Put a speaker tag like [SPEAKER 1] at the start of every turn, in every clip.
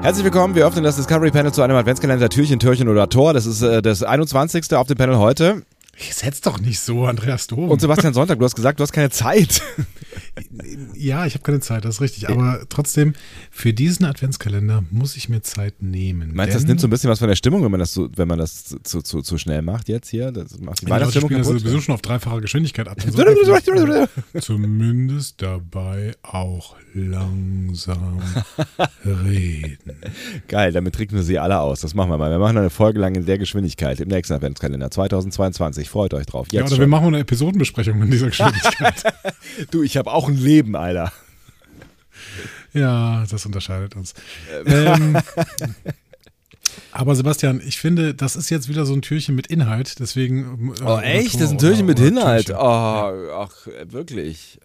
[SPEAKER 1] Herzlich willkommen, wir öffnen das Discovery Panel zu einem Adventskalender Türchen, Türchen oder Tor. Das ist äh, das 21. auf dem Panel heute.
[SPEAKER 2] Setz doch nicht so, Andreas Dom.
[SPEAKER 1] Und Sebastian Sonntag, du hast gesagt, du hast keine Zeit.
[SPEAKER 2] ja, ich habe keine Zeit, das ist
[SPEAKER 1] Äh.
[SPEAKER 2] richtig. Aber trotzdem, für diesen Adventskalender muss ich mir Zeit nehmen.
[SPEAKER 1] Meinst du, das nimmt so ein bisschen was von der Stimmung, wenn man das so, wenn man das zu, zu, zu, zu schnell macht jetzt hier? Das macht die
[SPEAKER 2] die Leute
[SPEAKER 1] Weihnachtsstimmung
[SPEAKER 2] spielen das
[SPEAKER 1] kaputt.
[SPEAKER 2] sowieso schon auf dreifacher Geschwindigkeit ab. Insofern- Zumindest dabei auch langsam reden.
[SPEAKER 1] Geil, damit tricksen wir sie alle aus. Das machen wir mal. Wir machen eine Folge lang in der Geschwindigkeit im nächsten Adventskalender 2022. Freut euch drauf.
[SPEAKER 2] Ja,
[SPEAKER 1] Jetzt
[SPEAKER 2] oder wir
[SPEAKER 1] schon.
[SPEAKER 2] machen eine Episodenbesprechung in dieser Geschwindigkeit.
[SPEAKER 1] Du, ich habe auch ein Leben, Alter.
[SPEAKER 2] ja, das unterscheidet uns.
[SPEAKER 1] Äh.
[SPEAKER 2] Ähm, aber Sebastian, ich finde, das ist jetzt wieder so ein Türchen mit Inhalt, deswegen. äh,
[SPEAKER 1] Oh,
[SPEAKER 2] oder
[SPEAKER 1] echt?
[SPEAKER 2] Tor
[SPEAKER 1] Das ist ein
[SPEAKER 2] oder-
[SPEAKER 1] Türchen mit
[SPEAKER 2] oder
[SPEAKER 1] Hinhalt. Oh,
[SPEAKER 2] Türchen.
[SPEAKER 1] ach, wirklich.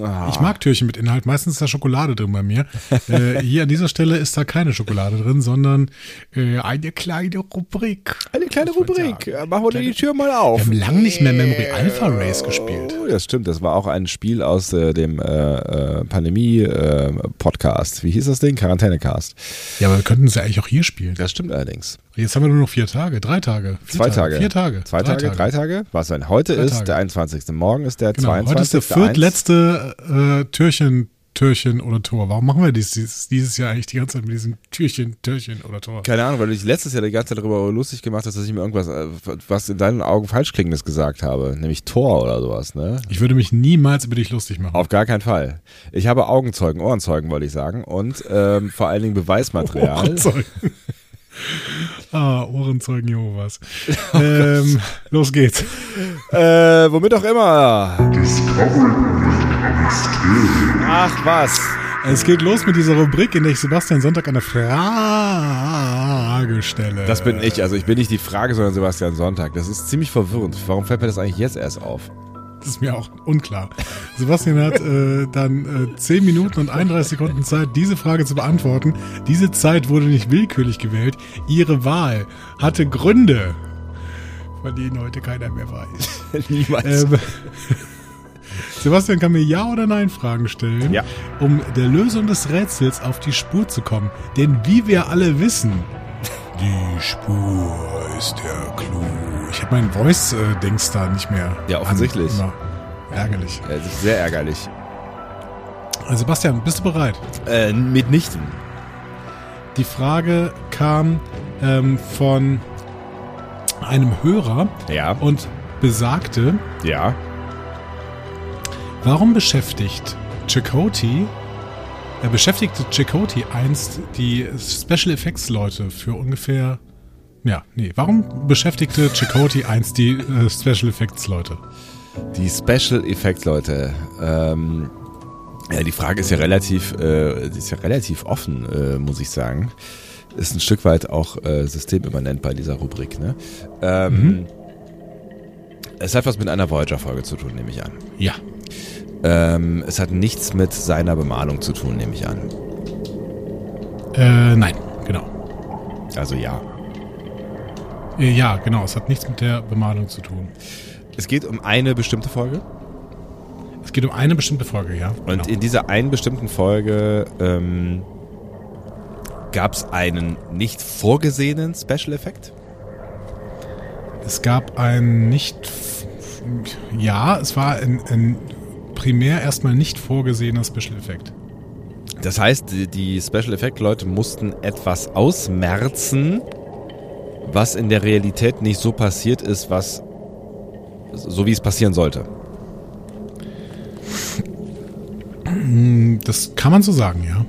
[SPEAKER 1] Ah.
[SPEAKER 2] Ich mag Türchen mit Inhalt. Meistens ist da Schokolade drin bei mir. äh, hier an dieser Stelle ist da keine Schokolade drin, sondern äh, eine kleine Rubrik.
[SPEAKER 1] Eine kleine Rubrik. Äh, Machen wir die Tür mal auf.
[SPEAKER 2] Wir haben lang nicht mehr Memory Alpha Race gespielt.
[SPEAKER 1] Oh, das stimmt. Das war auch ein Spiel aus äh, dem äh, äh, Pandemie-Podcast. Wie hieß das Ding? Quarantänecast.
[SPEAKER 2] Ja, aber wir könnten es ja eigentlich auch hier spielen.
[SPEAKER 1] Das stimmt allerdings.
[SPEAKER 2] Jetzt haben wir nur noch vier Tage, drei Tage, vier
[SPEAKER 1] Zwei Tage.
[SPEAKER 2] vier Tage,
[SPEAKER 1] Zwei Tage, drei Tage. Was denn? Heute
[SPEAKER 2] Drei
[SPEAKER 1] ist
[SPEAKER 2] Tage.
[SPEAKER 1] der 21. Morgen ist der
[SPEAKER 2] Genau.
[SPEAKER 1] 22.
[SPEAKER 2] Heute ist der viertletzte äh, Türchen, Türchen oder Tor. Warum machen wir dies, dieses, dieses Jahr eigentlich die ganze Zeit mit diesem Türchen, Türchen oder Tor?
[SPEAKER 1] Keine Ahnung, weil du dich letztes Jahr die ganze Zeit darüber lustig gemacht hast, dass ich mir irgendwas, äh, was in deinen Augen falsch klingendes gesagt habe. Nämlich Tor oder sowas, ne?
[SPEAKER 2] Ich würde mich niemals über dich lustig machen.
[SPEAKER 1] Auf gar keinen Fall. Ich habe Augenzeugen, Ohrenzeugen, wollte ich sagen. Und ähm, vor allen Dingen Beweismaterial.
[SPEAKER 2] Ohrenzeugen. ah, Ohrenzeugen Jehovas. ähm, los geht's.
[SPEAKER 1] Äh, womit auch immer. Ach was.
[SPEAKER 2] Es geht los mit dieser Rubrik, in der ich Sebastian Sonntag eine Frage stelle.
[SPEAKER 1] Das bin ich. Also ich bin nicht die Frage, sondern Sebastian Sonntag. Das ist ziemlich verwirrend. Warum fällt mir das eigentlich jetzt erst auf?
[SPEAKER 2] Das ist mir auch unklar. Sebastian hat äh, dann äh, 10 Minuten und 31 Sekunden Zeit, diese Frage zu beantworten. Diese Zeit wurde nicht willkürlich gewählt. Ihre Wahl hatte Gründe, von denen heute keiner mehr weiß.
[SPEAKER 1] Niemals.
[SPEAKER 2] Ähm, Sebastian kann mir Ja oder Nein Fragen stellen,
[SPEAKER 1] Ja.
[SPEAKER 2] um der Lösung des Rätsels auf die Spur zu kommen. Denn wie wir alle wissen, die Spur ist der Clou. Ich habe meinen Voice-Dings äh, da nicht mehr.
[SPEAKER 1] Ja, offensichtlich.
[SPEAKER 2] an. Immer Ärgerlich. Äh,
[SPEAKER 1] Das ist sehr ärgerlich.
[SPEAKER 2] Sebastian, bist du bereit?
[SPEAKER 1] Äh, mitnichten.
[SPEAKER 2] Die Frage kam ähm, von einem Hörer
[SPEAKER 1] Ja.
[SPEAKER 2] und besagte,
[SPEAKER 1] Ja.
[SPEAKER 2] Warum beschäftigt Chakoti, äh, beschäftigte Chakoti einst die Special Effects Leute für ungefähr, ja, nee, warum beschäftigte Chakoti einst die äh, Special Effects Leute?
[SPEAKER 1] Die Special Effects, Leute. Ähm, ja, die Frage ist ja relativ, äh, die ist ja relativ offen, äh, muss ich sagen. Ist ein Stück weit auch äh, systemimmanent bei dieser Rubrik. Ne? Ähm, Es hat was mit einer Voyager-Folge zu tun, nehme ich an.
[SPEAKER 2] Ja.
[SPEAKER 1] Ähm, es hat nichts mit seiner Bemalung zu tun, nehme ich an.
[SPEAKER 2] Äh, nein, genau.
[SPEAKER 1] Also ja.
[SPEAKER 2] Äh, ja, genau, es hat nichts mit der Bemalung zu tun.
[SPEAKER 1] Es geht um eine bestimmte Folge.
[SPEAKER 2] Es geht um eine bestimmte Folge, ja. genau.
[SPEAKER 1] Und in dieser einen bestimmten Folge ähm, gab es einen nicht vorgesehenen Special Effekt.
[SPEAKER 2] Es gab ein nicht. Ja, es war ein, ein primär erstmal nicht vorgesehener Special Effekt.
[SPEAKER 1] Das heißt, die- die Special Effect Leute mussten etwas ausmerzen, was in der Realität nicht so passiert ist, was so wie es passieren sollte.
[SPEAKER 2] Das kann man so sagen, ja.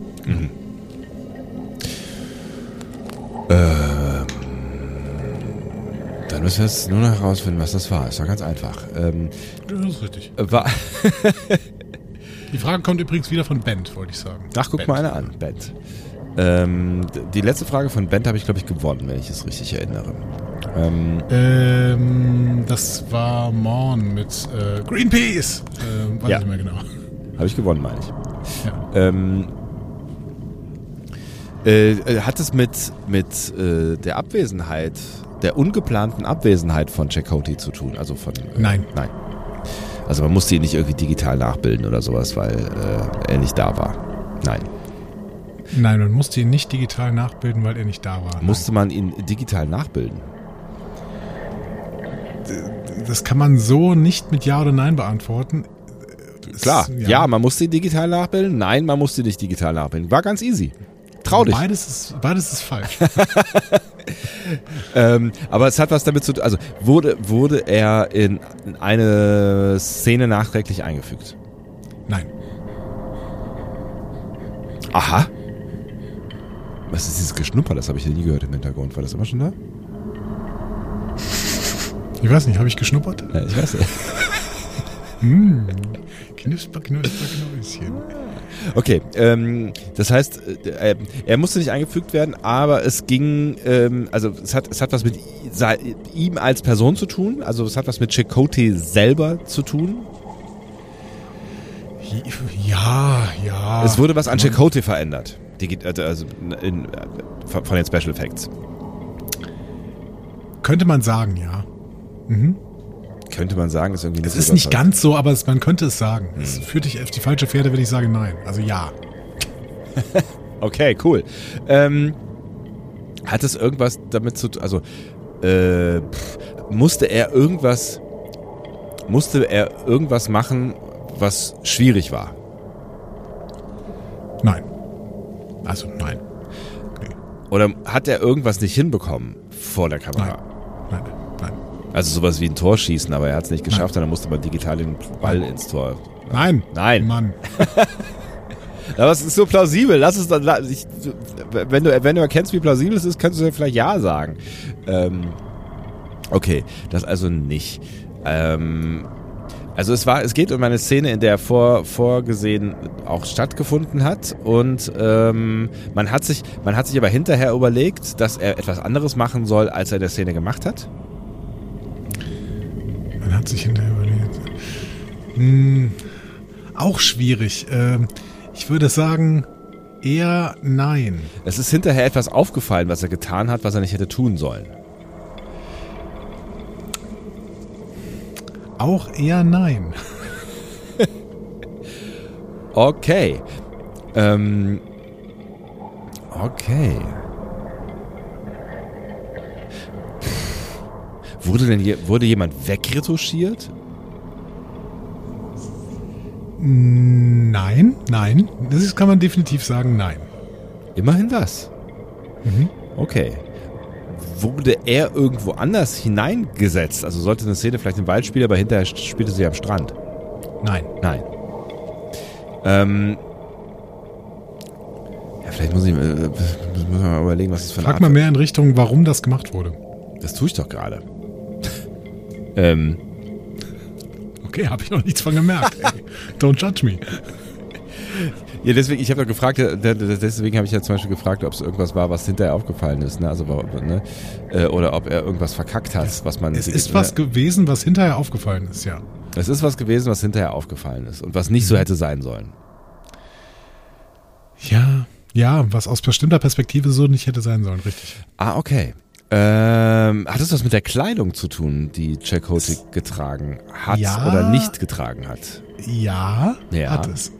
[SPEAKER 1] Dann müssen wir jetzt nur noch herausfinden, was das war. Ist doch ganz einfach. Ähm,
[SPEAKER 2] Das ist richtig.
[SPEAKER 1] war
[SPEAKER 2] Die Frage kommt übrigens wieder von Bent, wollte ich sagen.
[SPEAKER 1] Ach, guck
[SPEAKER 2] Bent.
[SPEAKER 1] mal eine an, Bent. Ähm, d- die letzte Frage von Bent habe ich, glaube ich, gewonnen, wenn ich es richtig erinnere. Ähm,
[SPEAKER 2] Ähm, das war Morn mit äh, Greenpeace. Ähm, weiß
[SPEAKER 1] Ja.
[SPEAKER 2] ich nicht mehr genau.
[SPEAKER 1] habe ich gewonnen, meine ich.
[SPEAKER 2] Ja.
[SPEAKER 1] Ähm, äh, äh, hat es mit, mit äh, der Abwesenheit, der ungeplanten Abwesenheit von Jack County zu tun? Also von. Äh,
[SPEAKER 2] Nein.
[SPEAKER 1] Nein. Also man musste ihn nicht irgendwie digital nachbilden oder sowas, weil äh, er nicht da war. Nein.
[SPEAKER 2] Nein, man musste ihn nicht digital nachbilden, weil er nicht da war.
[SPEAKER 1] Musste man ihn digital nachbilden?
[SPEAKER 2] Das kann man so nicht mit Ja oder Nein beantworten. Es-
[SPEAKER 1] Klar. Ja, man musste ihn digital nachbilden. Nein, man musste nicht digital nachbilden. War ganz easy. Trau dich.
[SPEAKER 2] Beides ist, beides ist falsch.
[SPEAKER 1] Ähm, aber es hat was damit zu tun. Also wurde, wurde er in eine Szene nachträglich eingefügt?
[SPEAKER 2] Nein.
[SPEAKER 1] Aha. Was ist dieses Geschnupper? Das habe ich ja nie gehört im Hintergrund. War das immer schon da?
[SPEAKER 2] Ich weiß nicht, habe ich geschnuppert?
[SPEAKER 1] Ja, ich weiß nicht.
[SPEAKER 2] Knusper, knusper, knäuschen.
[SPEAKER 1] Okay, ähm, das heißt, äh, äh, er musste nicht eingefügt werden, aber es ging, ähm, also es hat, es hat was mit i- sei- ihm als Person zu tun, also es hat was mit Chicote selber zu tun.
[SPEAKER 2] Ja, ja.
[SPEAKER 1] es wurde was an Chicote verändert, Digi- also also in, äh, von von den Special Effects.
[SPEAKER 2] könnte man sagen, ja.
[SPEAKER 1] Könnte man sagen, ist irgendwie
[SPEAKER 2] Es ist nicht ganz so, aber es, man könnte es sagen. Es führt dich auf die falsche Pferde, wenn ich sage nein. Also ja.
[SPEAKER 1] Okay, cool. Ähm, hat es irgendwas damit zu tun? Also, äh, pff, musste er irgendwas. Musste er irgendwas machen, was schwierig war?
[SPEAKER 2] Nein. Also nein.
[SPEAKER 1] Oder hat er irgendwas nicht hinbekommen vor der Kamera?
[SPEAKER 2] Nein, nein.
[SPEAKER 1] Also sowas wie ein Tor schießen, aber er hat es nicht geschafft und dann musste man digital den Ball ins Tor.
[SPEAKER 2] Nein.
[SPEAKER 1] Nein.
[SPEAKER 2] Mann.
[SPEAKER 1] Aber es ist so plausibel. Lass es dann. la- Ich, wenn, du, wenn du erkennst, wie plausibel es ist, kannst du ja vielleicht Ja sagen. Ähm, okay, das also nicht. Ähm, also es war, es geht um eine Szene, in der vor, vorgesehen auch stattgefunden hat und ähm, man hat sich, man hat sich aber hinterher überlegt, dass er etwas anderes machen soll, als er in der Szene gemacht hat.
[SPEAKER 2] Man hat sich hinterher überlegt. Hm, auch schwierig. Ähm, ich würde sagen, eher nein.
[SPEAKER 1] Es ist hinterher etwas aufgefallen, was er getan hat, was er nicht hätte tun sollen.
[SPEAKER 2] Auch eher nein.
[SPEAKER 1] Okay. Ähm, okay. Wurde denn je, wurde jemand wegretuschiert?
[SPEAKER 2] Nein, nein. Das ist, kann man definitiv sagen, nein.
[SPEAKER 1] Immerhin das. Okay. Wurde er irgendwo anders hineingesetzt? Also sollte eine Szene vielleicht im Wald spielen, aber hinterher st- spielte sie am Strand.
[SPEAKER 2] Nein.
[SPEAKER 1] Nein. Ähm, ja, vielleicht muss ich, äh, muss man mal überlegen, was das für eine
[SPEAKER 2] Frag
[SPEAKER 1] Art
[SPEAKER 2] mal mehr in Richtung, warum das gemacht wurde.
[SPEAKER 1] Das tue ich doch gerade. ähm,
[SPEAKER 2] Okay, habe ich noch nichts von gemerkt. Ey. Don't judge me.
[SPEAKER 1] ja, deswegen, ich habe doch gefragt, äh, de- de- deswegen habe ich ja zum Beispiel gefragt, ob es irgendwas war, was hinterher aufgefallen ist, ne? Also, wa- ne? Äh, Oder ob er irgendwas verkackt hat, was man.
[SPEAKER 2] Es ist was gewesen, was hinterher aufgefallen ist, ja.
[SPEAKER 1] Es ist was gewesen, was hinterher aufgefallen ist und was nicht
[SPEAKER 2] Mhm.
[SPEAKER 1] so hätte sein sollen.
[SPEAKER 2] Ja. Ja, was aus bestimmter Perspektive so nicht hätte sein sollen, richtig.
[SPEAKER 1] Ah, okay. Ähm, hat es was mit der Kleidung zu tun, die Jack Hotig getragen hat
[SPEAKER 2] Ja.
[SPEAKER 1] oder nicht getragen hat?
[SPEAKER 2] Ja,
[SPEAKER 1] Ja.
[SPEAKER 2] hat es.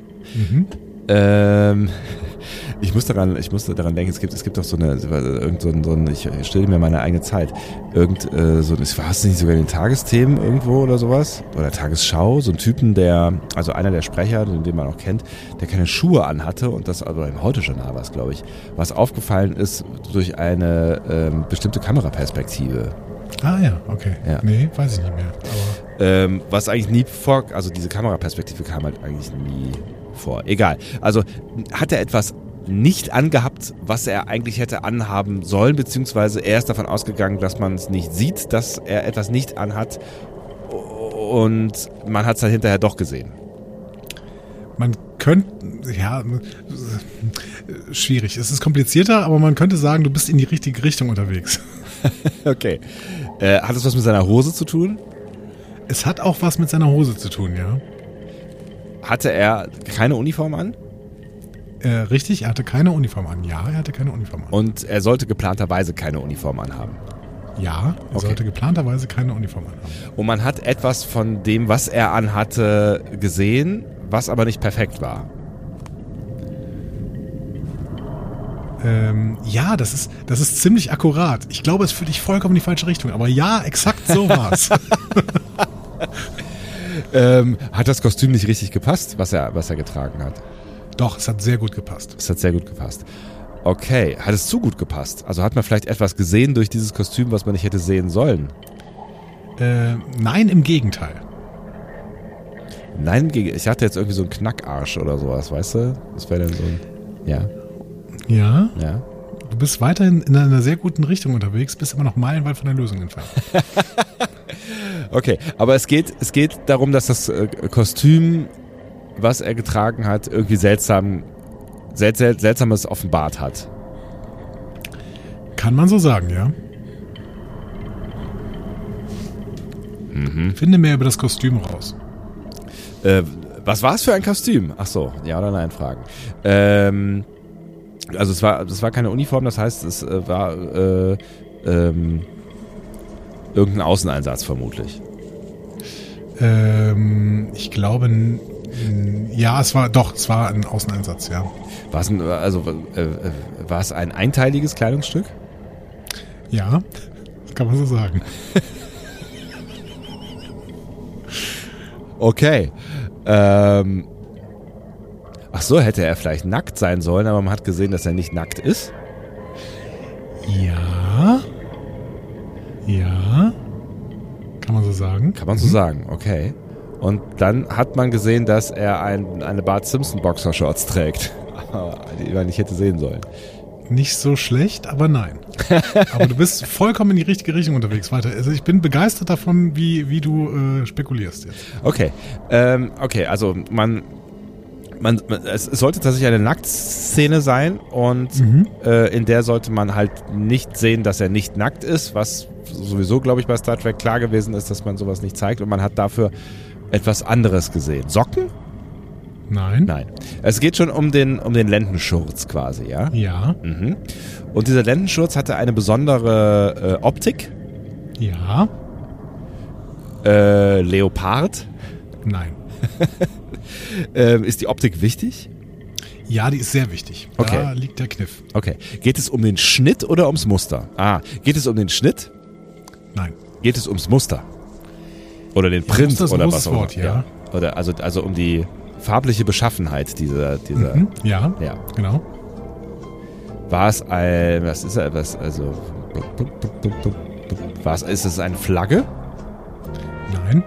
[SPEAKER 1] Ähm, ich muss daran, ich muss daran denken, es gibt, es gibt doch so eine, irgend so ein, so ein ich stelle mir meine eigene Zeit. Irgend, äh, so, ein- war es nicht sogar in den Tagesthemen irgendwo oder sowas? Oder Tagesschau, so ein Typen, der, also einer der Sprecher, den, den man auch kennt, der keine Schuhe anhatte und das, also im Heute-Journal war es, glaube ich, was aufgefallen ist durch eine ähm, bestimmte Kameraperspektive.
[SPEAKER 2] Ah ja, okay.
[SPEAKER 1] Ja.
[SPEAKER 2] Nee, weiß ich nicht mehr. Aber
[SPEAKER 1] Ähm, was eigentlich nie vor, also diese Kameraperspektive kam halt eigentlich nie vor. Egal. Also hat er etwas nicht angehabt, was er eigentlich hätte anhaben sollen, beziehungsweise er ist davon ausgegangen, dass man es nicht sieht, dass er etwas nicht anhat und man hat es dann hinterher doch gesehen.
[SPEAKER 2] man könnte, ja, äh, schwierig. Es ist komplizierter, aber man könnte sagen, du bist in die richtige Richtung unterwegs.
[SPEAKER 1] Okay. Äh, hat es was mit seiner Hose zu tun?
[SPEAKER 2] Es hat auch was mit seiner Hose zu tun, ja.
[SPEAKER 1] Hatte er keine Uniform an?
[SPEAKER 2] Äh, richtig, er hatte keine Uniform an. Ja, er hatte keine Uniform an.
[SPEAKER 1] Und er sollte geplanterweise keine Uniform anhaben.
[SPEAKER 2] Ja, er
[SPEAKER 1] Oh. Okay.
[SPEAKER 2] sollte geplanterweise keine Uniform anhaben.
[SPEAKER 1] Und man hat etwas von dem, was er anhatte, gesehen, was aber nicht perfekt war.
[SPEAKER 2] Ähm, ja, das ist, das ist ziemlich akkurat. Ich glaube, es führt dich vollkommen in die falsche Richtung. Aber ja, exakt so war's.
[SPEAKER 1] Ähm, hat das Kostüm nicht richtig gepasst, was er, was er getragen hat?
[SPEAKER 2] Doch, es hat sehr gut gepasst.
[SPEAKER 1] Es hat sehr gut gepasst. Okay, hat es zu gut gepasst? Also hat man vielleicht etwas gesehen durch dieses Kostüm, was man nicht hätte sehen sollen?
[SPEAKER 2] Äh, nein, im Gegenteil.
[SPEAKER 1] Nein, gegen- ich hatte jetzt irgendwie so einen Knackarsch oder sowas, weißt du? Das wäre dann so ein. Ja,
[SPEAKER 2] Ja,
[SPEAKER 1] ja.
[SPEAKER 2] du bist weiterhin in einer sehr guten Richtung unterwegs, bist immer noch meilenweit von der Lösung entfernt.
[SPEAKER 1] Okay, aber es geht, es geht darum, dass das äh, Kostüm, was er getragen hat, irgendwie seltsam, sel sel seltsames offenbart hat.
[SPEAKER 2] Kann man so sagen, ja. Finde mehr über das Kostüm raus.
[SPEAKER 1] Äh, was war es für ein Kostüm? Ach so, ja oder nein Fragen. Ähm, also es war, das war keine Uniform, das heißt, es äh, war äh, ähm, irgendein Außeneinsatz vermutlich.
[SPEAKER 2] Ähm, ich glaube, n- n- ja, es war doch, es war ein Außeneinsatz, ja.
[SPEAKER 1] War es ein, also, äh, äh, war es ein einteiliges Kleidungsstück?
[SPEAKER 2] Ja, kann man so sagen.
[SPEAKER 1] Okay. Ähm, ach so, hätte er vielleicht nackt sein sollen, aber man hat gesehen, dass er nicht nackt ist.
[SPEAKER 2] Ja. Ja. Kann man so sagen.
[SPEAKER 1] Kann man so sagen, okay. Und dann hat man gesehen, dass er ein, eine Bart Simpson Boxershorts trägt. Die man nicht hätte sehen sollen.
[SPEAKER 2] Nicht so schlecht, aber nein. aber du bist vollkommen in die richtige Richtung unterwegs weiter. Also ich bin begeistert davon, wie, wie du äh, spekulierst jetzt.
[SPEAKER 1] Okay. Ähm, okay, also man. Man, man, es es sollte tatsächlich eine Nacktszene sein und äh, in der sollte man halt nicht sehen, dass er nicht nackt ist, was sowieso, glaube ich, bei Star Trek klar gewesen ist, dass man sowas nicht zeigt und man hat dafür etwas anderes gesehen. Socken?
[SPEAKER 2] Nein.
[SPEAKER 1] Nein. Es geht schon um den, um den Lendenschurz quasi, ja?
[SPEAKER 2] Ja.
[SPEAKER 1] Mhm. Und dieser Lendenschurz hatte eine besondere äh, Optik.
[SPEAKER 2] Ja.
[SPEAKER 1] Äh, Leopard.
[SPEAKER 2] Nein.
[SPEAKER 1] Ähm, ist die Optik wichtig?
[SPEAKER 2] Ja, die ist sehr wichtig. Da
[SPEAKER 1] Okay.
[SPEAKER 2] liegt der Kniff.
[SPEAKER 1] Okay. Geht es um den Schnitt oder ums Muster? Ah, geht es um den Schnitt?
[SPEAKER 2] Nein.
[SPEAKER 1] Geht es ums Muster? Oder den Print
[SPEAKER 2] Muster ist ein
[SPEAKER 1] oder
[SPEAKER 2] großes
[SPEAKER 1] was auch immer?
[SPEAKER 2] Wort, ja.
[SPEAKER 1] Oder also, also um die farbliche Beschaffenheit dieser, dieser.
[SPEAKER 2] Hm? Ja.
[SPEAKER 1] Ja.
[SPEAKER 2] Genau.
[SPEAKER 1] War es ein. Was ist er? Was, also. War es, ist es eine Flagge?
[SPEAKER 2] Nein.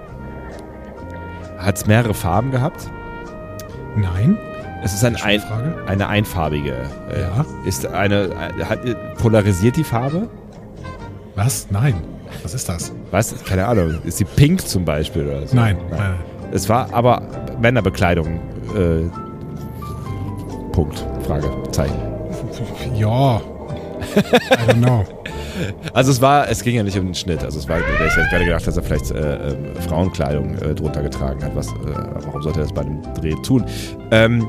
[SPEAKER 1] Hat es mehrere Farben gehabt?
[SPEAKER 2] Nein.
[SPEAKER 1] Es ist ein, ein
[SPEAKER 2] Frage.
[SPEAKER 1] eine einfarbige. Äh,
[SPEAKER 2] Ja.
[SPEAKER 1] Ist eine äh, hat, polarisiert die Farbe?
[SPEAKER 2] Was? Nein. Was ist das?
[SPEAKER 1] Was? Keine Ahnung. Ist die pink zum Beispiel oder so?
[SPEAKER 2] Nein. Äh, Nein.
[SPEAKER 1] Es war aber Männerbekleidung. Äh, Punkt. Frage. Zeichen.
[SPEAKER 2] Ja. I don't know.
[SPEAKER 1] Also es war, es ging ja nicht um den Schnitt. Also es war, ich hätte gerade gedacht, dass er vielleicht äh, ähm, Frauenkleidung äh, drunter getragen hat. Was? Äh, warum sollte er das bei einem Dreh tun? Ähm,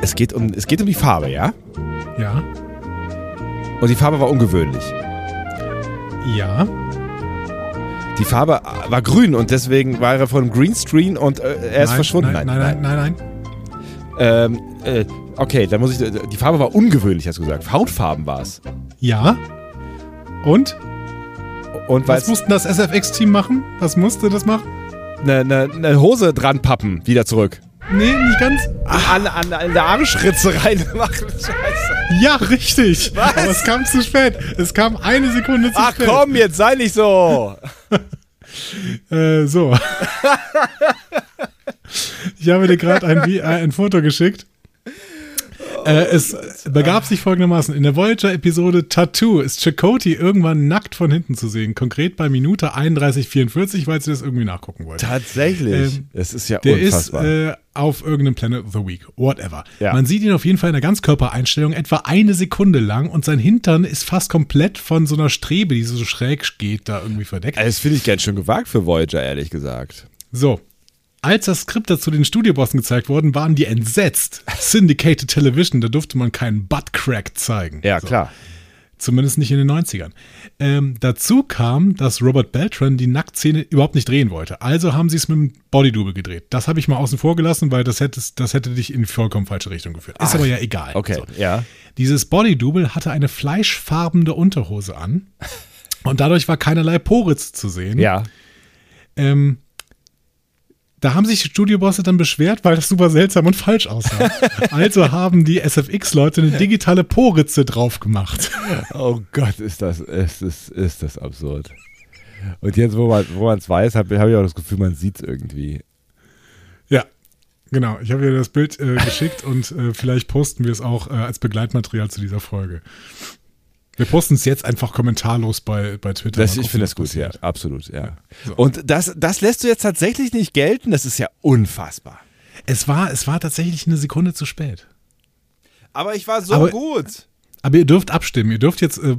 [SPEAKER 1] es geht um, es geht um die Farbe, ja.
[SPEAKER 2] Ja.
[SPEAKER 1] Und die Farbe war ungewöhnlich.
[SPEAKER 2] Ja.
[SPEAKER 1] Die Farbe äh, war grün und deswegen war er vor einem Greenscreen und äh, er ist
[SPEAKER 2] nein,
[SPEAKER 1] verschwunden.
[SPEAKER 2] Nein, nein, nein, nein, nein.
[SPEAKER 1] Ähm, äh, okay, dann muss ich. Die Farbe war ungewöhnlich, hast du gesagt. Hautfarben war es.
[SPEAKER 2] Ja. Und?
[SPEAKER 1] Und weil
[SPEAKER 2] Was
[SPEAKER 1] es
[SPEAKER 2] mussten das SFX-Team machen? Was musste das machen?
[SPEAKER 1] eine ne, ne Hose dran pappen, wieder zurück.
[SPEAKER 2] Nee, nicht ganz.
[SPEAKER 1] An, an, an der Armschritze reinmachen. Scheiße.
[SPEAKER 2] Ja, richtig. Was? Aber es kam zu spät. Es kam eine Sekunde zu
[SPEAKER 1] Ach
[SPEAKER 2] spät.
[SPEAKER 1] komm, jetzt sei nicht so.
[SPEAKER 2] Äh, so. ich habe dir gerade ein, Vi- äh, ein Foto geschickt. Äh, es begab sich folgendermaßen. In der Voyager-Episode Tattoo ist Chakoti irgendwann nackt von hinten zu sehen. Konkret bei Minute 31,44, weil sie das irgendwie nachgucken wollte.
[SPEAKER 1] Tatsächlich.
[SPEAKER 2] Ähm,
[SPEAKER 1] das ist ja
[SPEAKER 2] Der
[SPEAKER 1] unfassbar.
[SPEAKER 2] ist äh, auf irgendeinem Planet of the Week, whatever.
[SPEAKER 1] Ja.
[SPEAKER 2] Man sieht ihn auf jeden Fall in der Ganzkörpereinstellung etwa eine Sekunde lang und sein Hintern ist fast komplett von so einer Strebe, die so schräg geht, da irgendwie verdeckt.
[SPEAKER 1] Also, das finde ich ganz schön gewagt für Voyager, ehrlich gesagt.
[SPEAKER 2] So. Als das Skript dazu den Studiobossen gezeigt worden, waren die entsetzt. Syndicated Television, da durfte man keinen Buttcrack zeigen.
[SPEAKER 1] Ja,
[SPEAKER 2] so.
[SPEAKER 1] klar.
[SPEAKER 2] Zumindest nicht in den 90ern. Ähm, dazu kam, dass Robert Beltran die Nacktszene überhaupt nicht drehen wollte. Also haben sie es mit dem Bodydouble gedreht. Das habe ich mal außen vor gelassen, weil das hätte, das hätte dich in die vollkommen falsche Richtung geführt. Ist aber ja egal.
[SPEAKER 1] Okay,
[SPEAKER 2] So.
[SPEAKER 1] ja.
[SPEAKER 2] Dieses Bodydouble hatte eine fleischfarbene Unterhose an und dadurch war keinerlei Pore zu sehen.
[SPEAKER 1] Ja.
[SPEAKER 2] Ähm, da haben sich die Studiobosse dann beschwert, weil das super seltsam und falsch aussah. also haben die SFX-Leute eine digitale Poritze drauf gemacht.
[SPEAKER 1] Oh Gott, ist das, ist, ist, ist das absurd. Und jetzt, wo man es weiß, habe hab ich auch das Gefühl, man sieht es irgendwie.
[SPEAKER 2] Ja, genau. Ich habe dir das Bild äh, geschickt und äh, vielleicht posten wir es auch äh, als Begleitmaterial zu dieser Folge. Wir posten es jetzt einfach kommentarlos bei, bei Twitter.
[SPEAKER 1] Das,
[SPEAKER 2] Mal
[SPEAKER 1] ich
[SPEAKER 2] gucken,
[SPEAKER 1] finde
[SPEAKER 2] was
[SPEAKER 1] das gut, ja,
[SPEAKER 2] passiert.
[SPEAKER 1] absolut, ja.
[SPEAKER 2] So.
[SPEAKER 1] Und das, das lässt du jetzt tatsächlich nicht gelten, das ist ja unfassbar.
[SPEAKER 2] Es war, es war tatsächlich eine Sekunde zu spät.
[SPEAKER 1] Aber ich war so
[SPEAKER 2] Aber-
[SPEAKER 1] gut.
[SPEAKER 2] Aber ihr dürft abstimmen. Ihr dürft jetzt, äh,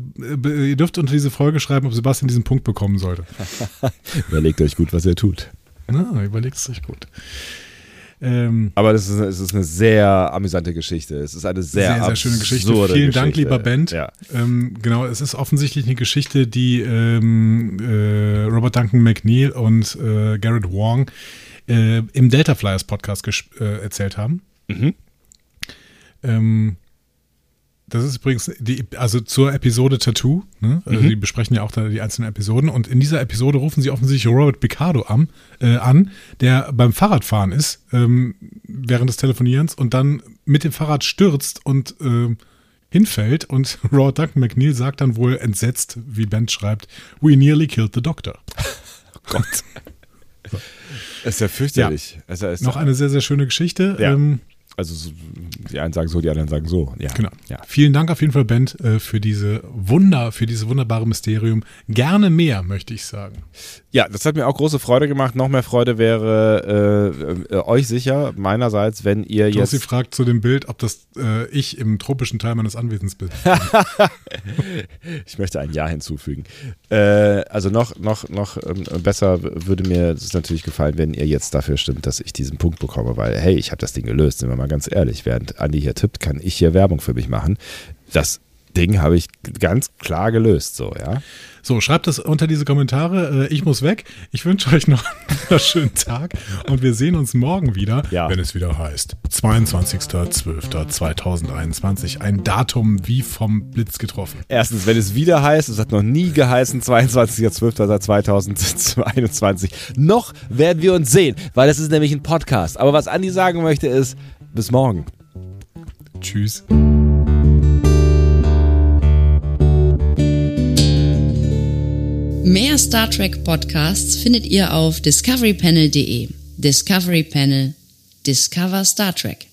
[SPEAKER 2] äh, ihr dürft unter diese Folge schreiben, ob Sebastian diesen Punkt bekommen sollte.
[SPEAKER 1] Überlegt euch gut, was ihr tut.
[SPEAKER 2] Na, überlegst dich gut. Ähm,
[SPEAKER 1] Aber das ist, es ist eine sehr amüsante Geschichte. Es ist eine sehr,
[SPEAKER 2] sehr, sehr, schöne Geschichte. Vielen
[SPEAKER 1] absurde
[SPEAKER 2] Dank,
[SPEAKER 1] Geschichte.
[SPEAKER 2] lieber Band.
[SPEAKER 1] Ja.
[SPEAKER 2] Ähm, genau, es ist offensichtlich eine Geschichte, die ähm, äh, Robert Duncan McNeil und äh, Garrett Wong äh, im Delta Flyers Podcast gesp- äh, erzählt haben.
[SPEAKER 1] Mhm.
[SPEAKER 2] Ähm, das ist übrigens die, also zur Episode Tattoo. Ne? Also Die besprechen ja auch da die einzelnen Episoden. Und in dieser Episode rufen sie offensichtlich Robert Picardo an, äh, an der beim Fahrradfahren ist ähm, während des Telefonierens und dann mit dem Fahrrad stürzt und ähm, hinfällt. Und Robert Duncan McNeil sagt dann wohl entsetzt, wie Ben schreibt, "We nearly killed the doctor." Gott.
[SPEAKER 1] Ist ja fürchterlich. Also, ist
[SPEAKER 2] Noch eine sehr sehr schöne Geschichte.
[SPEAKER 1] Ja.
[SPEAKER 2] Ähm,
[SPEAKER 1] also so- die einen sagen so, die anderen sagen so. Ja.
[SPEAKER 2] Genau.
[SPEAKER 1] Ja.
[SPEAKER 2] Vielen Dank auf jeden Fall, Ben, äh, für diese Wunder, für dieses wunderbare Mysterium. Gerne mehr, möchte ich sagen.
[SPEAKER 1] Ja, das hat mir auch große Freude gemacht. Noch mehr Freude wäre äh, äh, euch sicher, meinerseits, wenn ihr
[SPEAKER 2] Yes. Sie
[SPEAKER 1] jetzt.
[SPEAKER 2] fragt zu dem Bild, ob das äh, ich im tropischen Teil meines Anwesens bin.
[SPEAKER 1] Ich möchte ein Ja hinzufügen. Äh, also noch, noch, noch ähm, besser w- würde mir es natürlich gefallen, wenn ihr jetzt dafür stimmt, dass ich diesen Punkt bekomme, weil hey, ich habe das Ding gelöst, sind wir mal ganz ehrlich. Während Andi hier tippt, kann ich hier Werbung für mich machen. Das Ding habe ich g- ganz klar gelöst, so, ja.
[SPEAKER 2] So, schreibt es unter diese Kommentare. Äh, ich muss weg. Ich wünsche euch noch einen schönen Tag und wir sehen uns morgen wieder,
[SPEAKER 1] Ja.
[SPEAKER 2] wenn es wieder heißt. 22.12.2021. Ein Datum wie vom Blitz getroffen.
[SPEAKER 1] Erstens, wenn es wieder heißt, es hat noch nie geheißen, 22.12.2021. Noch werden wir uns sehen, weil es ist nämlich ein Podcast. Aber was Andi sagen möchte ist, bis morgen.
[SPEAKER 2] Tschüss.
[SPEAKER 3] Mehr Star Trek Podcasts findet ihr auf discoverypanel.de. Discovery Panel. Discover Star Trek.